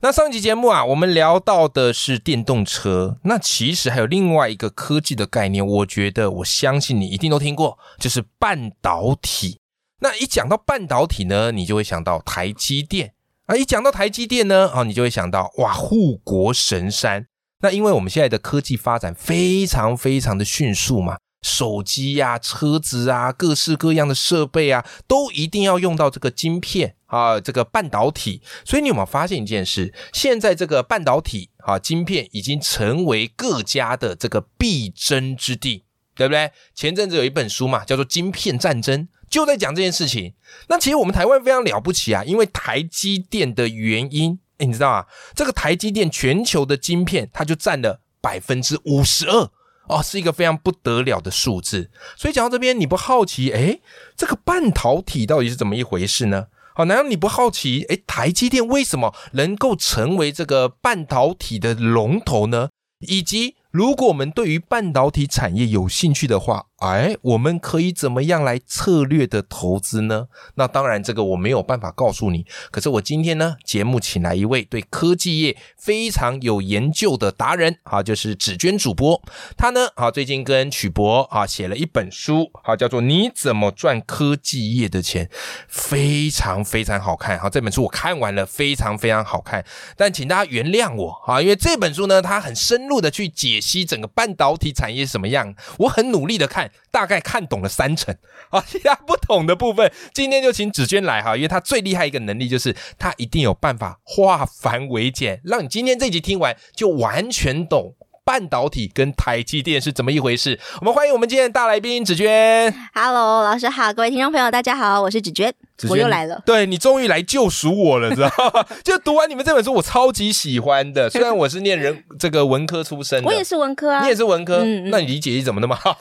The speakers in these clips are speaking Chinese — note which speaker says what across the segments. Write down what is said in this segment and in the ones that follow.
Speaker 1: 那上一集节目啊，我们聊到的是电动车，那其实还有另外一个科技的概念，我觉得我相信你一定都听过，就是半导体。那一讲到半导体呢，你就会想到台积电啊；一讲到台积电呢，啊，你就会想到哇，护国神山。那因为我们现在的科技发展非常非常的迅速嘛，手机呀、车子啊、各式各样的设备啊，都一定要用到这个晶片啊，这个半导体。所以你有没有发现一件事？现在这个半导体啊，晶片已经成为各家的这个必争之地，对不对？前阵子有一本书嘛，叫做《晶片战争》，就在讲这件事情。那其实我们台湾非常了不起啊，因为台积电的原因，诶你知道啊，这个台积电全球的晶片，它就占了百分之五十二。哦，是一个非常不得了的数字，所以讲到这边，你不好奇，诶，这个半导体到底是怎么一回事呢？好，难道你不好奇，诶，台积电为什么能够成为这个半导体的龙头呢？以及如果我们对于半导体产业有兴趣的话，哎，我们可以怎么样来策略的投资呢？那当然，这个我没有办法告诉你。可是我今天呢，节目请来一位对科技业非常有研究的达人啊，就是紫娟主播。他呢，啊，最近跟曲博啊写了一本书，啊，叫做《你怎么赚科技业的钱》，非常非常好看。好，啊这本书我看完了，非常非常好看。但请大家原谅我啊，因为这本书呢，它很深入的去解析整个半导体产业是什么样。我很努力的看，大概看懂了三成 啊，其他不懂的部分，今天就请紫娟来哈，因为她最厉害一个能力就是她一定有办法化繁为简，让你今天这集听完就完全懂。半导体跟台积电是怎么一回事？我们欢迎我们今天的大来宾紫娟。
Speaker 2: Hello，老师好，各位听众朋友，大家好，我是芷娟，
Speaker 1: 芷娟
Speaker 2: 我又来了。
Speaker 1: 对你终于来救赎我了，知道吗？ 就读完你们这本书，我超级喜欢的。虽然我是念人这个文科出身的，
Speaker 2: 我也是文科啊
Speaker 1: 你也，是文科，
Speaker 2: 嗯嗯
Speaker 1: 那你理解力怎么那么好？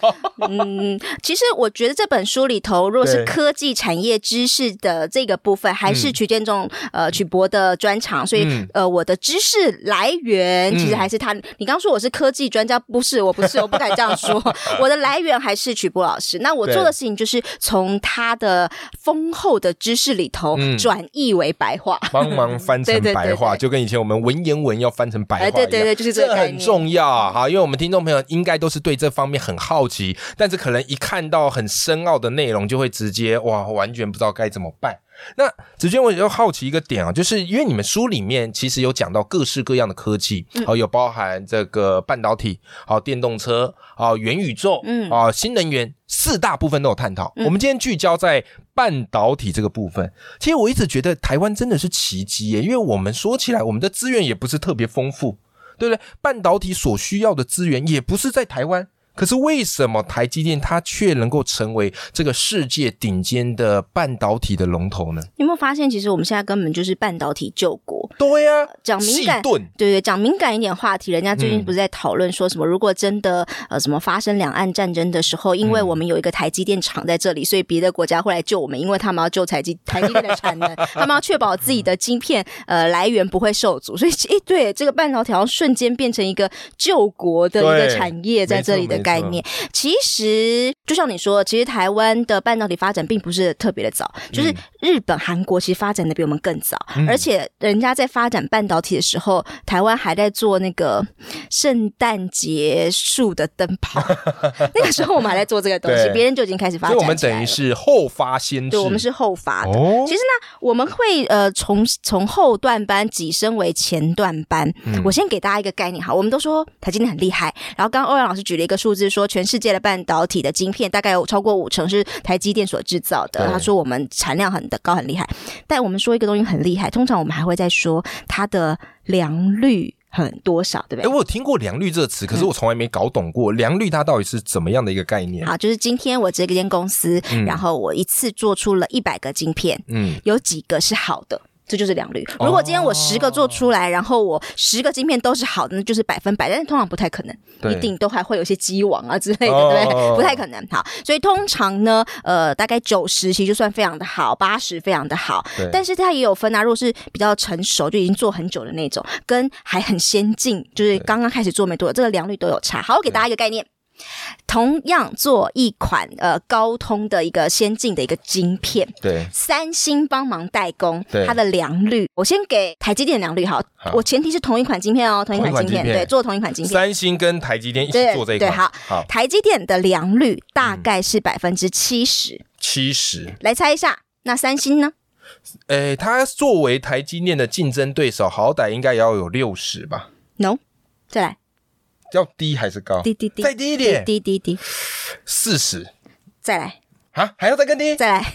Speaker 2: 嗯，其实我觉得这本书里头，若
Speaker 1: 对
Speaker 2: 是科技产业知识的这个部分，还是曲建中呃曲博的专长，所以、
Speaker 1: 嗯
Speaker 2: 呃我的知识来源其实还是他。你刚说我是科技专家，不是，我不是，我不敢这 样说，我的来源还是曲博老师。那我
Speaker 1: 对
Speaker 2: 做的事情就是从他的丰厚的知识里头
Speaker 1: 嗯
Speaker 2: 转译为白话。
Speaker 1: 帮忙翻成
Speaker 2: 对对对
Speaker 1: 白话，
Speaker 2: 对
Speaker 1: 就跟以前我们文言文要翻成白话一
Speaker 2: 哎，
Speaker 1: 样。
Speaker 2: 对对对，就是这
Speaker 1: 这
Speaker 2: 个概念嗯
Speaker 1: 很。重要啊哈，因为我们听众朋友应该都是对这方面很好奇，但是可能一看到很深奥的内容，就会直接哇，完全不知道该怎么办。那子娟，我就好奇一个点啊，就是因为你们书里面其实有讲到各式各样的科技，
Speaker 2: 嗯
Speaker 1: 好、有包含这个半导体，好、电动车，好、元宇宙，
Speaker 2: 嗯
Speaker 1: 啊、新能源四大部分都有探讨。
Speaker 2: 嗯
Speaker 1: 我们今天聚焦在半导体这个部分，其实我一直觉得台湾真的是奇迹耶，因为我们说起来，我们的资源也不是特别丰富，对不对？半导体所需要的资源也不是在台湾。可是为什么台积电它却能够成为这个世界顶尖的半导体的龙头呢？
Speaker 2: 你有没有发现，其实我们现在根本就是半导体救国？
Speaker 1: 对呀、啊，
Speaker 2: 讲敏感
Speaker 1: 细盾
Speaker 2: 对对，讲敏感一点话题，人家最
Speaker 1: 嗯
Speaker 2: 近不是在讨论说什么，如果真的呃什么发生两岸战争的时候，因为
Speaker 1: 嗯
Speaker 2: 我们有一个台积电厂在这里，所以别的国家会来救我们，因为他们要救台积台积电的产能，他们要确保自
Speaker 1: 嗯
Speaker 2: 己的晶片呃来源不会受阻，所以诶，对这个半导体好像瞬间变成一个救国的一个
Speaker 1: 对
Speaker 2: 产业在这里的概
Speaker 1: 没
Speaker 2: 念。其实就像你说，其实台湾的半导体发展并不是特别的早，
Speaker 1: 嗯
Speaker 2: 就是日本、韩国其实发展的比我们更早，而且人家在发展半导体的时候，台湾还在做那个圣诞节树的灯泡， 那个时候我们还在做这个东西
Speaker 1: 对，
Speaker 2: 别人就已经开始发
Speaker 1: 所以
Speaker 2: 展
Speaker 1: 我们
Speaker 2: 起来
Speaker 1: 等于
Speaker 2: 了
Speaker 1: 是后发先至。
Speaker 2: 对，我们是后发的。
Speaker 1: 哦
Speaker 2: 其实呢，我们会呃从从后段班跻身为前段班。
Speaker 1: 嗯
Speaker 2: 我先给大家一个概念哈，我们都说台积电很厉害，然后刚刚欧阳老师举了一个数字说，全世界的半导体的晶片大概有超过五成是台积电所制造的
Speaker 1: 对。
Speaker 2: 他说我们产量很的高，很厉害。但我们说一个东西很厉害，通常我们还会再说它的良率很多少，对不
Speaker 1: 哎、
Speaker 2: 对？
Speaker 1: 我有听过良率这个词，
Speaker 2: 嗯
Speaker 1: 可是我从来没搞懂过良率它到底是怎么样的一个概念。
Speaker 2: 好，就是今天我这间公司，
Speaker 1: 嗯
Speaker 2: 然后我一次做出了一百个晶片，
Speaker 1: 嗯，
Speaker 2: 有几个是好的，这就是良率。
Speaker 1: 哦
Speaker 2: 如果今天我十个做出来，然后我十个晶片都是好的，那就是百分百，但是通常不太可能。
Speaker 1: 对
Speaker 2: 一定都还会有一些鸡网啊之类的，
Speaker 1: 哦
Speaker 2: 对不对？
Speaker 1: 哦
Speaker 2: 不太可能。好，所以通常呢，呃，大概九十其实就算非常的好，八十非常的好
Speaker 1: 对，
Speaker 2: 但是它也有分啊。如果是比较成熟，就已经做很久的那种，跟还很先进，就是刚刚开始做没多久，这个良率都有差。好，我给大家一个概念。同样做一款呃高通的一个先进的一个晶片，
Speaker 1: 对，
Speaker 2: 三星帮忙代工
Speaker 1: 对，
Speaker 2: 它的良率，我先给台积电良率好
Speaker 1: 好，
Speaker 2: 我前提是同一款晶片哦，同一款
Speaker 1: 同一款
Speaker 2: 晶
Speaker 1: 晶
Speaker 2: 片，
Speaker 1: 片
Speaker 2: 对，做同一款晶片。
Speaker 1: 三星跟台积电一起
Speaker 2: 对
Speaker 1: 做这一
Speaker 2: 对
Speaker 1: 款，
Speaker 2: 好
Speaker 1: 好，
Speaker 2: 台积电的良率大概
Speaker 1: 嗯
Speaker 2: 是百分之七十，
Speaker 1: 七十，
Speaker 2: 来猜一下，那三星呢？
Speaker 1: 诶，它作为台积电的竞争对手，好歹应该也要有六十吧？
Speaker 2: ？No，再来，
Speaker 1: 要低还是高？
Speaker 2: 滴滴滴，
Speaker 1: 哦再低一点，
Speaker 2: 滴滴滴，滴
Speaker 1: 四十
Speaker 2: 再来，
Speaker 1: 啊，还要再更低？
Speaker 2: 再来，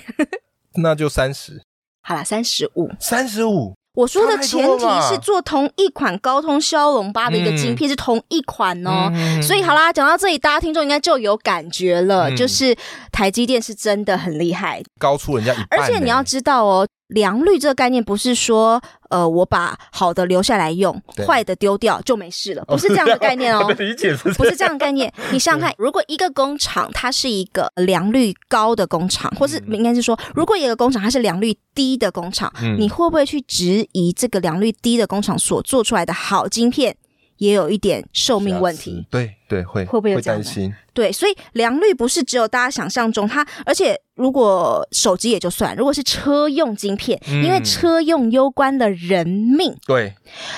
Speaker 1: 那就三十，
Speaker 2: 好啦，三十五。
Speaker 1: 三十五，
Speaker 2: 我说的
Speaker 1: 差太
Speaker 2: 前
Speaker 1: 多了
Speaker 2: 提
Speaker 1: 吧
Speaker 2: 是做同一款高通骁龙八的一个
Speaker 1: 嗯
Speaker 2: 晶片、是同一款哦。
Speaker 1: 嗯
Speaker 2: 所以好啦，讲到这里，大家听众应该就有感觉了，
Speaker 1: 嗯
Speaker 2: 就是台积电是真的很厉害，
Speaker 1: 高出人家一半呢。
Speaker 2: 而且你要知道哦，良率这个概念不是说，呃，我把好的留下来用
Speaker 1: 对，
Speaker 2: 坏的丢掉就没事了，不是这样的概 念
Speaker 1: 我
Speaker 2: 哦
Speaker 1: 的。理解是
Speaker 2: 不是这样的 概念，你想想看，如果一个工厂它是一个良率高的工
Speaker 1: 嗯
Speaker 2: 厂，或是应该是说，如果一个工厂它是良率低的工厂，
Speaker 1: 嗯
Speaker 2: 你会不会去质疑这个良率低的工厂所做出来的好晶片也有一点寿命问题？，
Speaker 1: 对对会
Speaker 2: 会不会有这样
Speaker 1: 担
Speaker 2: 的
Speaker 1: 心？
Speaker 2: 对，所以良率不是只有大家想象中，它而且如果手机也就算，如果是车用晶片，
Speaker 1: 嗯
Speaker 2: 因为车用攸关了人命，
Speaker 1: 对，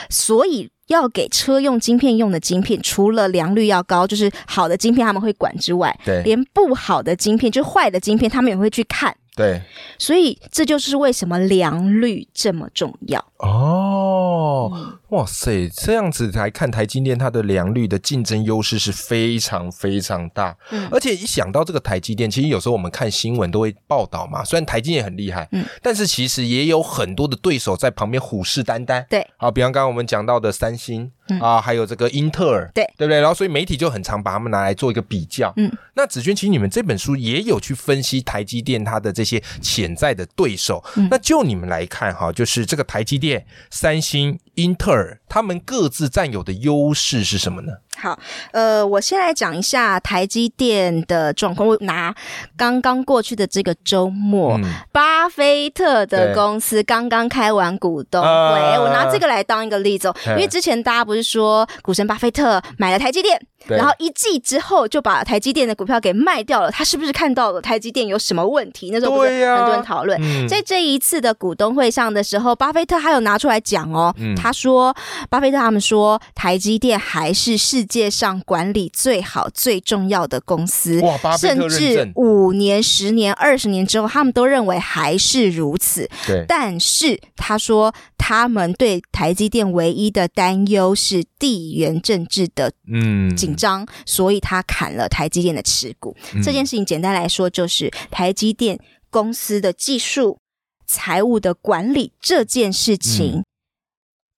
Speaker 2: 所以。要给车用晶片用的晶片，除了良率要高，就是好的晶片他们会管之外，
Speaker 1: 对
Speaker 2: 连不好的晶片，就是坏的晶片，他们也会去看。
Speaker 1: 对
Speaker 2: 所以这就是为什么良率这么重要。嗯
Speaker 1: 哦，哇塞，这样子来看台积电，它的良率的竞争优势是非常非常大。
Speaker 2: 嗯
Speaker 1: 而且一想到这个台积电，其实有时候我们看新闻都会报道嘛，虽然台积电很厉害，
Speaker 2: 嗯
Speaker 1: 但是其实也有很多的对手在旁边虎视眈眈。
Speaker 2: 对，
Speaker 1: 啊，比方刚刚我们讲到的三星、
Speaker 2: 嗯
Speaker 1: 啊，还有这个英特尔，
Speaker 2: 对
Speaker 1: 对不对？然后所以媒体就很常把他们拿来做一个比较。
Speaker 2: 嗯，
Speaker 1: 那子轩，其实你们这本书也有去分析台积电它的这些潜在的对手。
Speaker 2: 嗯
Speaker 1: 那就你们来看哈，就是这个台积电、三星、英特尔，他们各自占有的优势是什么呢？
Speaker 2: 好，呃，我先来讲一下台积电的状况。我拿刚刚过去的这个周末，
Speaker 1: 嗯
Speaker 2: 巴菲特
Speaker 1: 对
Speaker 2: 的公司刚刚开完股东会，
Speaker 1: 啊
Speaker 2: 我拿这个来当一个例子哦，
Speaker 1: 嗯
Speaker 2: 因为之前大家不是说股神巴菲特买了台积电，
Speaker 1: 对
Speaker 2: 然后一季之后就把台积电的股票给卖掉了，他是不是看到了台积电有什么问题？那时候不是
Speaker 1: 对呀
Speaker 2: 很多人讨论。
Speaker 1: 嗯
Speaker 2: 在这一次的股东会上的时候，巴菲特还有拿出来讲哦，
Speaker 1: 嗯
Speaker 2: 他说，巴菲特他们说，台积电还是世界上管理最好、最重要的公司。
Speaker 1: 哇，巴菲
Speaker 2: 甚
Speaker 1: 特认
Speaker 2: 至
Speaker 1: 证，
Speaker 2: 五年、十年、二十年之后，他们都认为还是如此。
Speaker 1: 对，
Speaker 2: 但是他说，他们对台积电唯一的担忧是地缘政治的
Speaker 1: 嗯，
Speaker 2: 紧张，所以他砍了台积电的持股。
Speaker 1: 嗯
Speaker 2: 这件事情简单来说，就是台积电公司的技术、财务的管理这件事情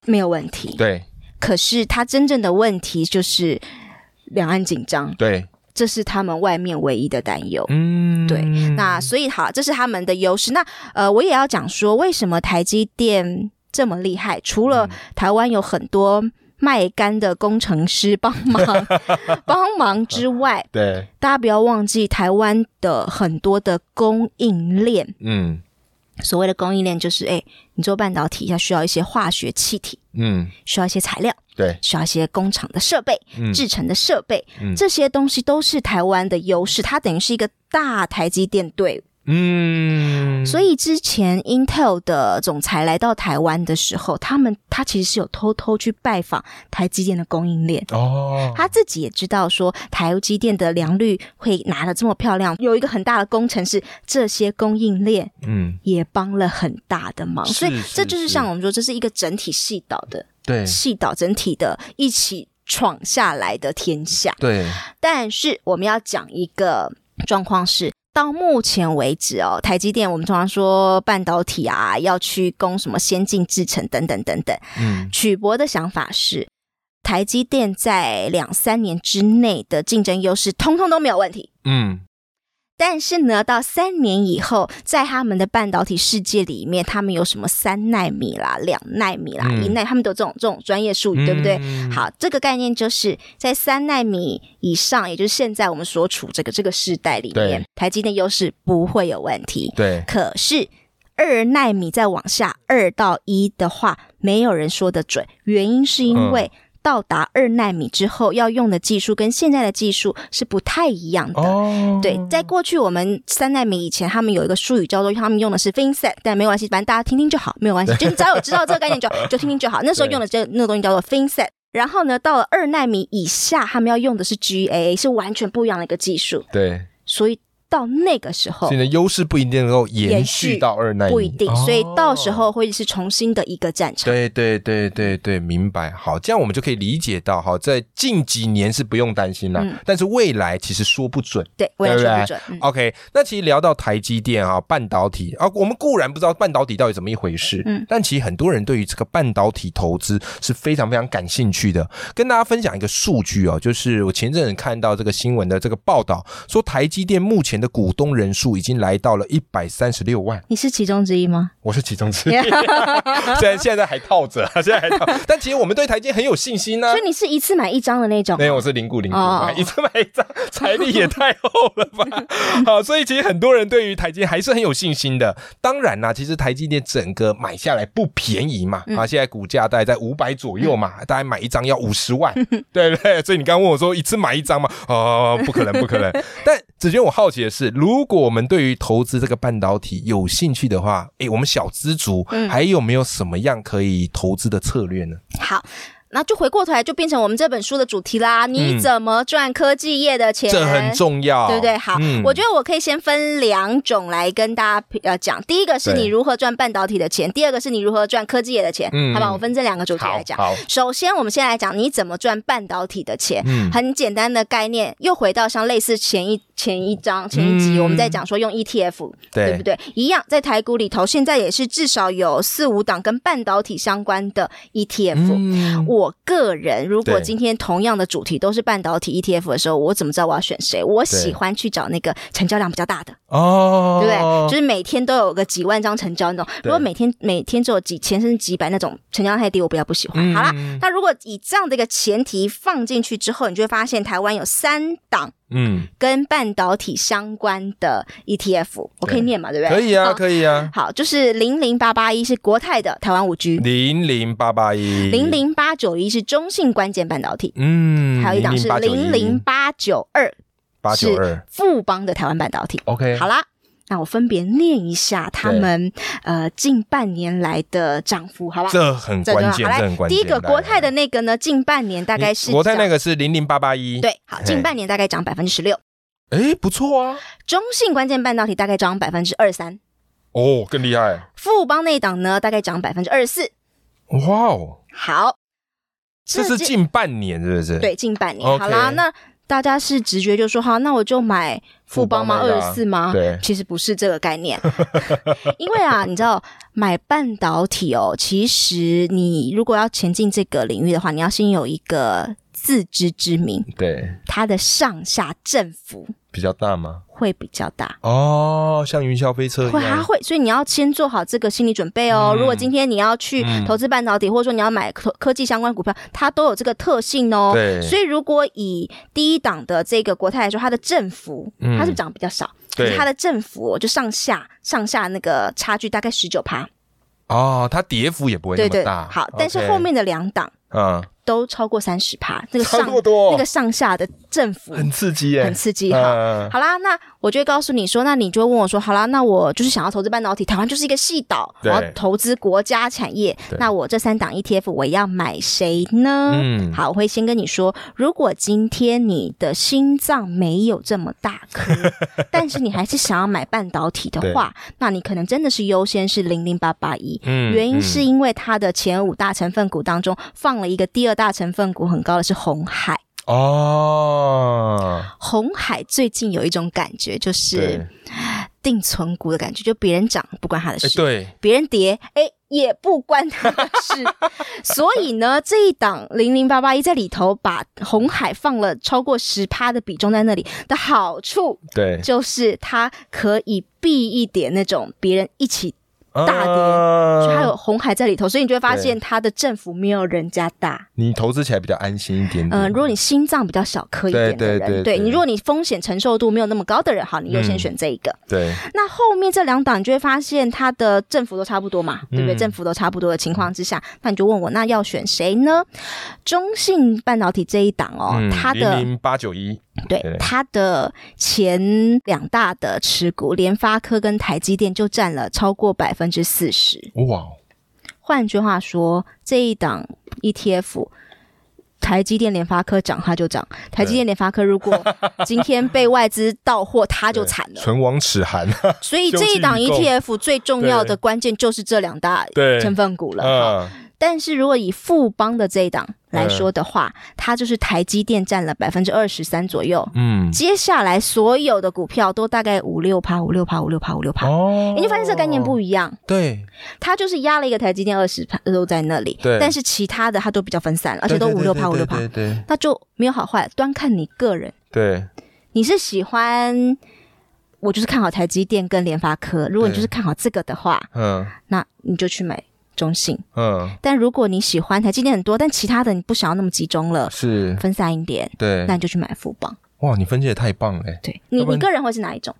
Speaker 2: 没有问题。
Speaker 1: 嗯对
Speaker 2: 可是它真正的问题就是两岸紧张，
Speaker 1: 对，
Speaker 2: 这是他们外面唯一的担忧。
Speaker 1: 嗯，
Speaker 2: 对那所以好，这是他们的优势。那呃，我也要讲说，为什么台积电这么厉害？除
Speaker 1: 嗯
Speaker 2: 了台湾有很多卖干的工程师帮 忙帮忙之外，
Speaker 1: 对，
Speaker 2: 大家不要忘记，台湾的很多的供应链，
Speaker 1: 嗯
Speaker 2: 所谓的供应链就是，哎、你做半导体它需要一些化学气体，
Speaker 1: 嗯，
Speaker 2: 需要一些材料，
Speaker 1: 对，
Speaker 2: 需要一些工厂的设备、
Speaker 1: 嗯
Speaker 2: 制成的设备，
Speaker 1: 嗯
Speaker 2: 这些东西都是台湾的优势，它等于是一个大台积电队伍
Speaker 1: 嗯，
Speaker 2: 所以之前 Intel 的总裁来到台湾的时候，他们他其实是有偷偷去拜访台积电的供应链。
Speaker 1: 哦，
Speaker 2: 他自己也知道说，台积电的良率会拿的这么漂亮，有一个很大的工程是这些供应链
Speaker 1: 嗯，
Speaker 2: 也帮了很大的忙，
Speaker 1: 是
Speaker 2: 所以
Speaker 1: 是
Speaker 2: 这就是是像我们说，这是一个整体系导的
Speaker 1: 对
Speaker 2: 系导整体的一起闯下来的天下。
Speaker 1: 对，
Speaker 2: 但是我们要讲一个状况是。到目前为止哦，台积电我们通常说半导体啊，要去攻什么先进制程等等等等。
Speaker 1: 嗯
Speaker 2: 曲博的想法是，台积电在两三年之内的竞争优势通通都没有问题，
Speaker 1: 嗯，
Speaker 2: 但是呢，到三年以后，在他们的半导体世界里面，他们有什么三纳米啦、两纳米啦、
Speaker 1: 嗯
Speaker 2: 一奈，他们都有这种这种专业术语，对不对？
Speaker 1: 嗯
Speaker 2: 好，这个概念就是在三纳米以上，也就是现在我们所处这个这个世代里面
Speaker 1: 对，
Speaker 2: 台积电优势不会有问题。
Speaker 1: 对，
Speaker 2: 可是二纳米再往下，二到一的话，没有人说得准，原因是因
Speaker 1: 嗯
Speaker 2: 为。到达二纳米之后，要用的技术跟现在的技术是不太一样的。
Speaker 1: 哦，
Speaker 2: 对，在过去我们三纳米以前，他们有一个术语叫做他们用的是 FinFET，但没关系，反正大家听听就好，没有 关系，就是只要有知道这个概念就就听听就好。那时候用的这那个东西叫做 FinFET。然后呢，到了二纳米以下，他们要用的是 GAA，是完全不一样的一个技术。
Speaker 1: 对，
Speaker 2: 所以到那个时候
Speaker 1: 所以，呢，优势不一定能够延
Speaker 2: 哦延
Speaker 1: 续
Speaker 2: 续
Speaker 1: 到二奈米，
Speaker 2: 不一定，所以到时
Speaker 1: 哦。
Speaker 2: 候会是重新的一个战场。
Speaker 1: 对对对对对，明白。好，这样我们就可以理解到，哈，在近几年是不用担心啦，
Speaker 2: 嗯
Speaker 1: 但是未来其实说不准。
Speaker 2: 对，我也说
Speaker 1: 对不对
Speaker 2: 不准。嗯
Speaker 1: OK，那其实聊到台积电啊，半导体啊，我们固然不知道半导体到底怎么一回事，
Speaker 2: 嗯
Speaker 1: 但其实很多人对于这个半导体投资是非常非常感兴趣的。跟大家分享一个数据哦，就是我前阵子看到这个新闻的这个报道，说台积电目前的股东人数已经来到了一百三十六万，
Speaker 2: 你是其中之一吗？
Speaker 1: 我是其中之一， 虽然现在还套着，现在还套，但其实我们对台积电很有信心啊呢、
Speaker 2: 所以你是一次买一张的那种
Speaker 1: 呃没有，我是零股零股，哎
Speaker 2: 哦
Speaker 1: 买一次买一张，财力也太厚了 吧？好，所以其实很多人对于台积电还是很有信心的。当然啦、其实台积电整个买下来不便宜嘛，
Speaker 2: 嗯
Speaker 1: 啊，现在股价大概在五百左右嘛，大概买一张要五十 万，对不对？所以你刚刚问我说一次买一张嘛，哦，不可能，不可 能。但子娟，我好奇的是，如果我们对于投资这个半导体有兴趣的话，诶，我们小资族
Speaker 2: 嗯
Speaker 1: 还有没有什么样可以投资的策略呢？
Speaker 2: 好。那就回过头来，就变成我们这本书的主题啦。
Speaker 1: 嗯
Speaker 2: 你怎么赚科技业的钱？
Speaker 1: 这很重要，
Speaker 2: 对不对？好，
Speaker 1: 嗯
Speaker 2: 我觉得我可以先分两种来跟大家呃讲。第一个是
Speaker 1: 对
Speaker 2: 你如何赚半导体的钱，第二个是你如何赚科技业的钱，
Speaker 1: 嗯
Speaker 2: 好吧？我分这两个主题来讲。
Speaker 1: 好，好
Speaker 2: 首先，我们先来讲你怎么赚半导体的钱。
Speaker 1: 嗯
Speaker 2: 很简单的概念，又回到像类似前一前一章前一集，
Speaker 1: 嗯
Speaker 2: 我们在讲说用 ETF，
Speaker 1: 对
Speaker 2: 不对？一样在台股里头，现在也是至少有四五档跟半导体相关的 E ETF。
Speaker 1: 嗯
Speaker 2: 我个人如果
Speaker 1: 对
Speaker 2: 今天同样的主题都是半导体 ETF 的时候，我怎么知道我要选谁？我喜欢去找那个成交量比较大的，
Speaker 1: 哦，
Speaker 2: 对不对？就是每天都有个几万张成交那种。
Speaker 1: 对
Speaker 2: 如果每天每天只有几千甚至几百那种成交量太低，我比较不喜欢。好啦，
Speaker 1: 嗯
Speaker 2: 那如果以这样的一个前提放进去之后，你就会发现台湾有三档
Speaker 1: 嗯，
Speaker 2: 跟半导体相关的 ETF，我可以念嘛，对不对？
Speaker 1: 可以啊，
Speaker 2: 好
Speaker 1: 可以啊，
Speaker 2: 好，就是零零八八一是国泰的台湾五 G，
Speaker 1: 零零八八一，
Speaker 2: 零，零八九一是中信关键半导体，
Speaker 1: 嗯，
Speaker 2: 还有一档是零零八九二
Speaker 1: 八九
Speaker 2: 是
Speaker 1: 二
Speaker 2: 富邦的台湾半导体。
Speaker 1: ，OK，
Speaker 2: 好啦。那我分别念一下他们呃近半年来的涨幅，好吧？
Speaker 1: 这很
Speaker 2: 这就
Speaker 1: 关键，
Speaker 2: 好
Speaker 1: 这
Speaker 2: 来
Speaker 1: 很，关
Speaker 2: 第
Speaker 1: 键。
Speaker 2: 一个
Speaker 1: 来
Speaker 2: 国泰的
Speaker 1: 来
Speaker 2: 那个呢，近半年大概
Speaker 1: 你
Speaker 2: 是
Speaker 1: 国泰
Speaker 2: 涨
Speaker 1: 那个是零零八八一，，
Speaker 2: 对，好，
Speaker 1: 嘿
Speaker 2: 近半年大概涨百分之十六，
Speaker 1: 哎，不错啊，
Speaker 2: 中信关键半导体大概涨百分之二三，
Speaker 1: 哦，更厉害，
Speaker 2: 富邦那一档呢大概涨百分之二四。
Speaker 1: 哇哦，
Speaker 2: 好，
Speaker 1: 这是
Speaker 2: 近
Speaker 1: 近半年是不是？，
Speaker 2: 对近半年。
Speaker 1: OK
Speaker 2: 好啦，那大家是直觉就说好，那我就买富邦吗？
Speaker 1: 富邦
Speaker 2: 二
Speaker 1: 那个啊
Speaker 2: 十四吗？
Speaker 1: 对
Speaker 2: 其实不是这个概 念，因为啊，你知道买半导体哦，其实你如果要前进这个领域的话，你要先有一个自知之明，
Speaker 1: 对，
Speaker 2: 它的上下振幅
Speaker 1: 比较大吗？
Speaker 2: 会比较大。
Speaker 1: 哦，像云霄飞车一
Speaker 2: 会还
Speaker 1: 样，
Speaker 2: 会，所以你要先做好这个心理准备哦。
Speaker 1: 嗯
Speaker 2: 如果今天你要去
Speaker 1: 嗯
Speaker 2: 投资半导体，或者说你要买科科技相关股票，它都有这个特性哦。
Speaker 1: 对
Speaker 2: 所以如果以第一档的这个国泰来说，它的振幅
Speaker 1: 嗯
Speaker 2: 它是不是涨得比较少，
Speaker 1: 对
Speaker 2: 可是它的振幅、哦、就上下上下那个差距大概十九趴，
Speaker 1: 哦，它跌幅也不会那
Speaker 2: 对
Speaker 1: 么
Speaker 2: 对，
Speaker 1: 大，
Speaker 2: 好。但是后，面的两档
Speaker 1: 嗯，
Speaker 2: 都超过三十 趴，那个
Speaker 1: 差
Speaker 2: 上
Speaker 1: 这么多
Speaker 2: 那个上下的振幅
Speaker 1: 很刺激耶，
Speaker 2: 嗯很刺激哈。
Speaker 1: 嗯
Speaker 2: 好啦，那我就会告诉你说，那你就会问我说，好啦，那我就是想要投资半导体，台湾就是一个细岛，
Speaker 1: 对
Speaker 2: 我要投资国家产业
Speaker 1: 对，
Speaker 2: 那我这三档 ETF 我要买谁呢？
Speaker 1: 嗯
Speaker 2: 好，我会先跟你说，如果今天你的心脏没有这么大颗，但是你还是想要买半导体的话，那你可能真的是优先是零零八八一。
Speaker 1: 嗯
Speaker 2: 原因是因为它的前五大成分股当中放了一个第二大成分股很高的是红海，
Speaker 1: 哦，
Speaker 2: 红海最近有一种感觉，就是
Speaker 1: 对，
Speaker 2: 定存股的感觉，就别人涨不关他的
Speaker 1: 哎，
Speaker 2: 事，
Speaker 1: 对，
Speaker 2: 别人跌哎也不 关他的事。所以呢，这一档零零八八一在里头把红海放了超过十趴的比重在那里的好处，
Speaker 1: 对，
Speaker 2: 就是它可以避一点那种别人一起，大跌
Speaker 1: 啊
Speaker 2: 所以它有红海在里头，所以你就会发
Speaker 1: 对
Speaker 2: 现它的振幅没有人家大。
Speaker 1: 你投资起来比较安心一点点。
Speaker 2: 嗯、如果你心脏比较小颗一点的
Speaker 1: 对
Speaker 2: 人，
Speaker 1: 对对对嗯
Speaker 2: 你如果你风险承受度没有那么高的人，好，你优先选这一个。
Speaker 1: 对
Speaker 2: 那后面这两档，你就会发现它的振幅都差不多嘛，对不对？
Speaker 1: 嗯
Speaker 2: 振幅都差不多的情况之下，那你就问我，那要选谁呢？中信半导体这一档哦，它的
Speaker 1: 嗯零零八九一，对
Speaker 2: 对它的前两大的持股，联发科跟台积电就占了超过百分之四十。
Speaker 1: 哇，
Speaker 2: 换句话说，这一档 ETF。台积电、联发科涨，它就涨；台积电、联发科如果今天被外资到货，它就惨了。
Speaker 1: 唇亡齿寒。
Speaker 2: 所以这一档
Speaker 1: 究竟
Speaker 2: ETF 最重要
Speaker 1: 对
Speaker 2: 的关键就是这两大
Speaker 1: 对
Speaker 2: 成分股了。好
Speaker 1: 嗯，
Speaker 2: 但是如果以富邦的这一档来说的话，它就是台积电占了百分之二十三左右，
Speaker 1: 嗯，
Speaker 2: 接下来所有的股票都大概五六趴、五六趴、五六趴、五六趴。
Speaker 1: 哦
Speaker 2: 你就发现这个概念不一样，
Speaker 1: 对，
Speaker 2: 它就是压了一个台积电二十趴都在那里
Speaker 1: 对，
Speaker 2: 但是其他的它都比较分散了，而且都五六趴、五六趴
Speaker 1: 对，对
Speaker 2: 那就没有好坏，端看你个人。
Speaker 1: 对，
Speaker 2: 你是喜欢我就是看好台积电跟联发科，如果你
Speaker 1: 对
Speaker 2: 就是看好这个的话，
Speaker 1: 嗯
Speaker 2: 那你就去买中信。
Speaker 1: 嗯，
Speaker 2: 但如果你喜欢台积电很多，但其他的你不想要那么集中了，
Speaker 1: 是，
Speaker 2: 分散一点，
Speaker 1: 对
Speaker 2: 那，你就去买富邦。
Speaker 1: 哇，你分析的太棒了。
Speaker 2: 对
Speaker 1: 要
Speaker 2: 你，
Speaker 1: 不然
Speaker 2: 你个人会是哪一种？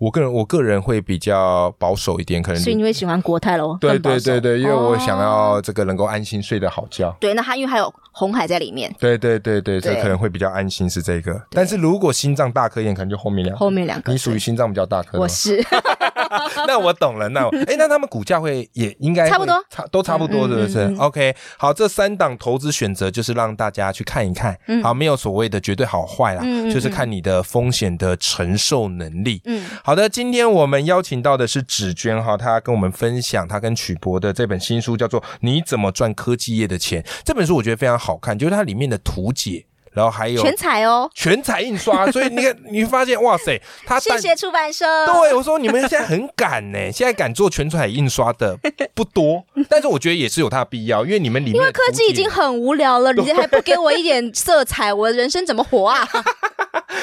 Speaker 1: 我个人我个人会比较保守一点，可能
Speaker 2: 所以你会喜欢国泰喽？
Speaker 1: 对
Speaker 2: 更保
Speaker 1: 对
Speaker 2: 守
Speaker 1: 对对，因为我
Speaker 2: 哦
Speaker 1: 想要这个能够安心睡得好觉。
Speaker 2: 对，那它因为还有红海在里面，
Speaker 1: 对对对对，这
Speaker 2: 对
Speaker 1: 可能会比较安心是这个。但是如果心脏大颗一点，可能就后面两个。
Speaker 2: 后面两个
Speaker 1: 你属于哎心脏比较大颗的吗，
Speaker 2: 我是
Speaker 1: 那我懂了。那我哎，那他们股价会也应该会
Speaker 2: 差不多
Speaker 1: 差都差不多，
Speaker 2: 嗯
Speaker 1: 是不是
Speaker 2: 嗯嗯嗯
Speaker 1: ？OK，好，这三档投资选择就是让大家去看一看，好，没有所谓的绝对好坏啦
Speaker 2: 嗯嗯嗯，嗯
Speaker 1: 就是看你的风险的承受能力。
Speaker 2: 嗯
Speaker 1: 好的，今天我们邀请到的是芷娟哈，她跟我们分享她跟曲博的这本新书，叫做《你怎么赚科技业的钱》。这本书我觉得非常好看，就是它里面的图解，然后还有
Speaker 2: 全彩哦，
Speaker 1: 全彩印刷，所以你看，你会发现哇塞， 它
Speaker 2: 谢
Speaker 1: 啊但
Speaker 2: 谢出版社。
Speaker 1: 对，我说你们现在很敢 呢、现在敢做全彩印刷的不多，但是我觉得也是有它的必要，因为你们里面
Speaker 2: 因
Speaker 1: 因
Speaker 2: 为科技已经，很无聊了，你还不给我一点色彩，我的人生怎么活啊？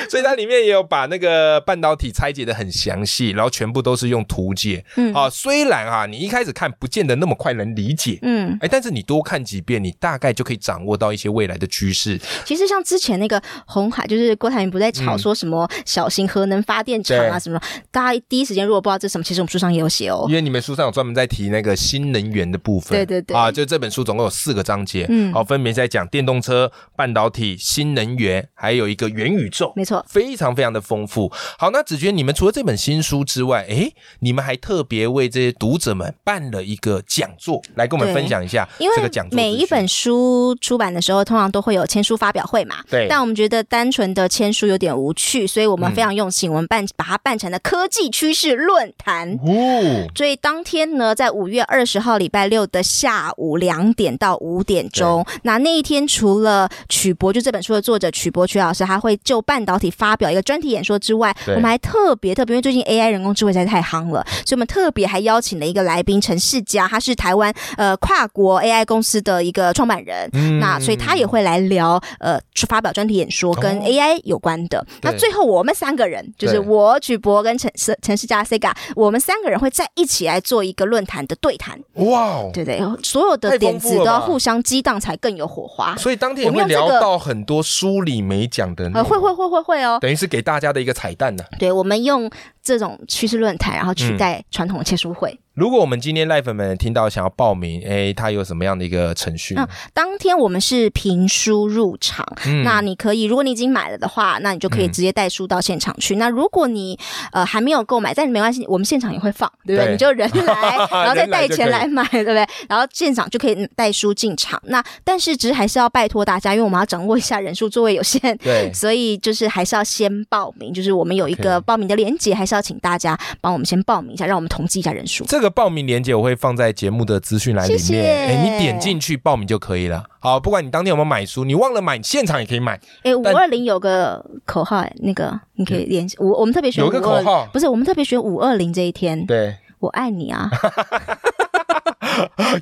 Speaker 1: 所以它里面也有把那个半导体拆解的很详细，然后全部都是用图解。
Speaker 2: 嗯
Speaker 1: 啊，虽然啊，你一开始看不见得那么快能理解，
Speaker 2: 嗯，
Speaker 1: 哎，但是你多看几遍，你大概就可以掌握到一些未来的趋势。
Speaker 2: 其实像之前那个红海，就是郭台铭不在吵
Speaker 1: 嗯
Speaker 2: 说什么小型核能发电厂
Speaker 1: 对
Speaker 2: 啊什么，大家第一时间如果不知道这是什么，其实我们书上也有写哦
Speaker 1: 因。为你们书上有专门在提那个新能源的部分，
Speaker 2: 对对对
Speaker 1: 啊，就这本书总共有四个章节，
Speaker 2: 嗯
Speaker 1: 好、分别在讲电动车、半导体、新能源，还有一个元宇宙，
Speaker 2: 没错，
Speaker 1: 非常非常的丰富。好，那子娟，你们除了这本新书之外，诶，你们还特别为这些读者们办了一个讲座，来跟我们
Speaker 2: 对
Speaker 1: 分享一下
Speaker 2: 因为
Speaker 1: 这个讲座资讯。
Speaker 2: 每一本书出版的时候，通常都会有签书发表会嘛。
Speaker 1: 对嗯
Speaker 2: 但我们觉得单纯的签书有点无趣，所以我们非常用心，我们办把它办成了科技趋势论坛。
Speaker 1: 哦，
Speaker 2: 所以当天呢，在五月二十号礼拜六的下午两点到五点钟，那那一天除了曲博就这本书的作者曲博曲老师，他会就半导体发表一个专题演说之外，
Speaker 1: 对
Speaker 2: 我们还特别特别，因为最近 AI 人工智慧实在太夯了，所以我们特别还邀请了一个来宾陈世佳，他是台湾呃跨国 AI 公司的一个创办人。
Speaker 1: 嗯
Speaker 2: 那所以他也会来聊，呃，去发表专题演说跟
Speaker 1: 哦
Speaker 2: AI 有关的。那
Speaker 1: 对
Speaker 2: 最后我们三个人，就是
Speaker 1: 对
Speaker 2: 我、曲博跟陈世陈世佳 Sega，我们三个人会在一起来做一个论坛的对谈，
Speaker 1: 哇哦，
Speaker 2: 对不对？所有
Speaker 1: 太
Speaker 2: 的
Speaker 1: 丰
Speaker 2: 点
Speaker 1: 富
Speaker 2: 子
Speaker 1: 了
Speaker 2: 都要
Speaker 1: 吧
Speaker 2: 互相激荡，才更有火花。
Speaker 1: 所以当天也
Speaker 2: 我们
Speaker 1: 会
Speaker 2: 用这
Speaker 1: 聊
Speaker 2: 个
Speaker 1: 到很多书里没讲的内
Speaker 2: 呃，
Speaker 1: 容，
Speaker 2: 会会会会会哦，
Speaker 1: 等于是给大家的一个彩蛋呢、
Speaker 2: 对，我们用这种趋势论坛，然后
Speaker 1: 嗯
Speaker 2: 取代传统的签书会。
Speaker 1: 如果我们今天赖粉们听到想要报名，哎，它有什么样的一个程序？
Speaker 2: 嗯当天我们是评书入场，
Speaker 1: 嗯
Speaker 2: 那你可以，如果你已经买了的话，那你就可以直接带书到现场去。那如果你呃还没有购买，但没关系，我们现场也会放，对不对？
Speaker 1: 对
Speaker 2: 你就人 来，然后再带钱
Speaker 1: 人来
Speaker 2: 来买，对不对？然后现场就可以带书进场。那但是只是还是要拜托大家，因为我们要掌握一下人数，座位有限。
Speaker 1: 对，
Speaker 2: 所以就是还是要先报名，就是我们有一
Speaker 1: OK
Speaker 2: 个报名的链接，还是是要请大家帮我们先报名一下，让我们统计一下人数。
Speaker 1: 这个报名链接我会放在节目的资讯栏里面，
Speaker 2: 谢谢
Speaker 1: 诶你点进去报名就可以了。好，不管你当天有没有买书，你忘了买，现场也可以买。
Speaker 2: 哎，五二零有个口号，诶那个你可以联系我，我们特别选
Speaker 1: 有个
Speaker 2: 520
Speaker 1: 口号
Speaker 2: 不是我们特别选五二零这一天，
Speaker 1: 对，
Speaker 2: 我爱 你啊！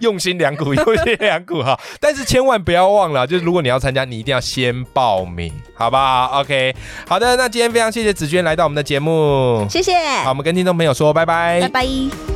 Speaker 1: 用心良苦，用心良苦哈。但是千万不要忘了，就是如果你要参加，你一定要先报名，好不好？OK，好的，那今天非常谢谢子娟来到我们的节目，
Speaker 2: 谢谢，
Speaker 1: 好，我们跟听众朋友说拜
Speaker 2: 拜拜。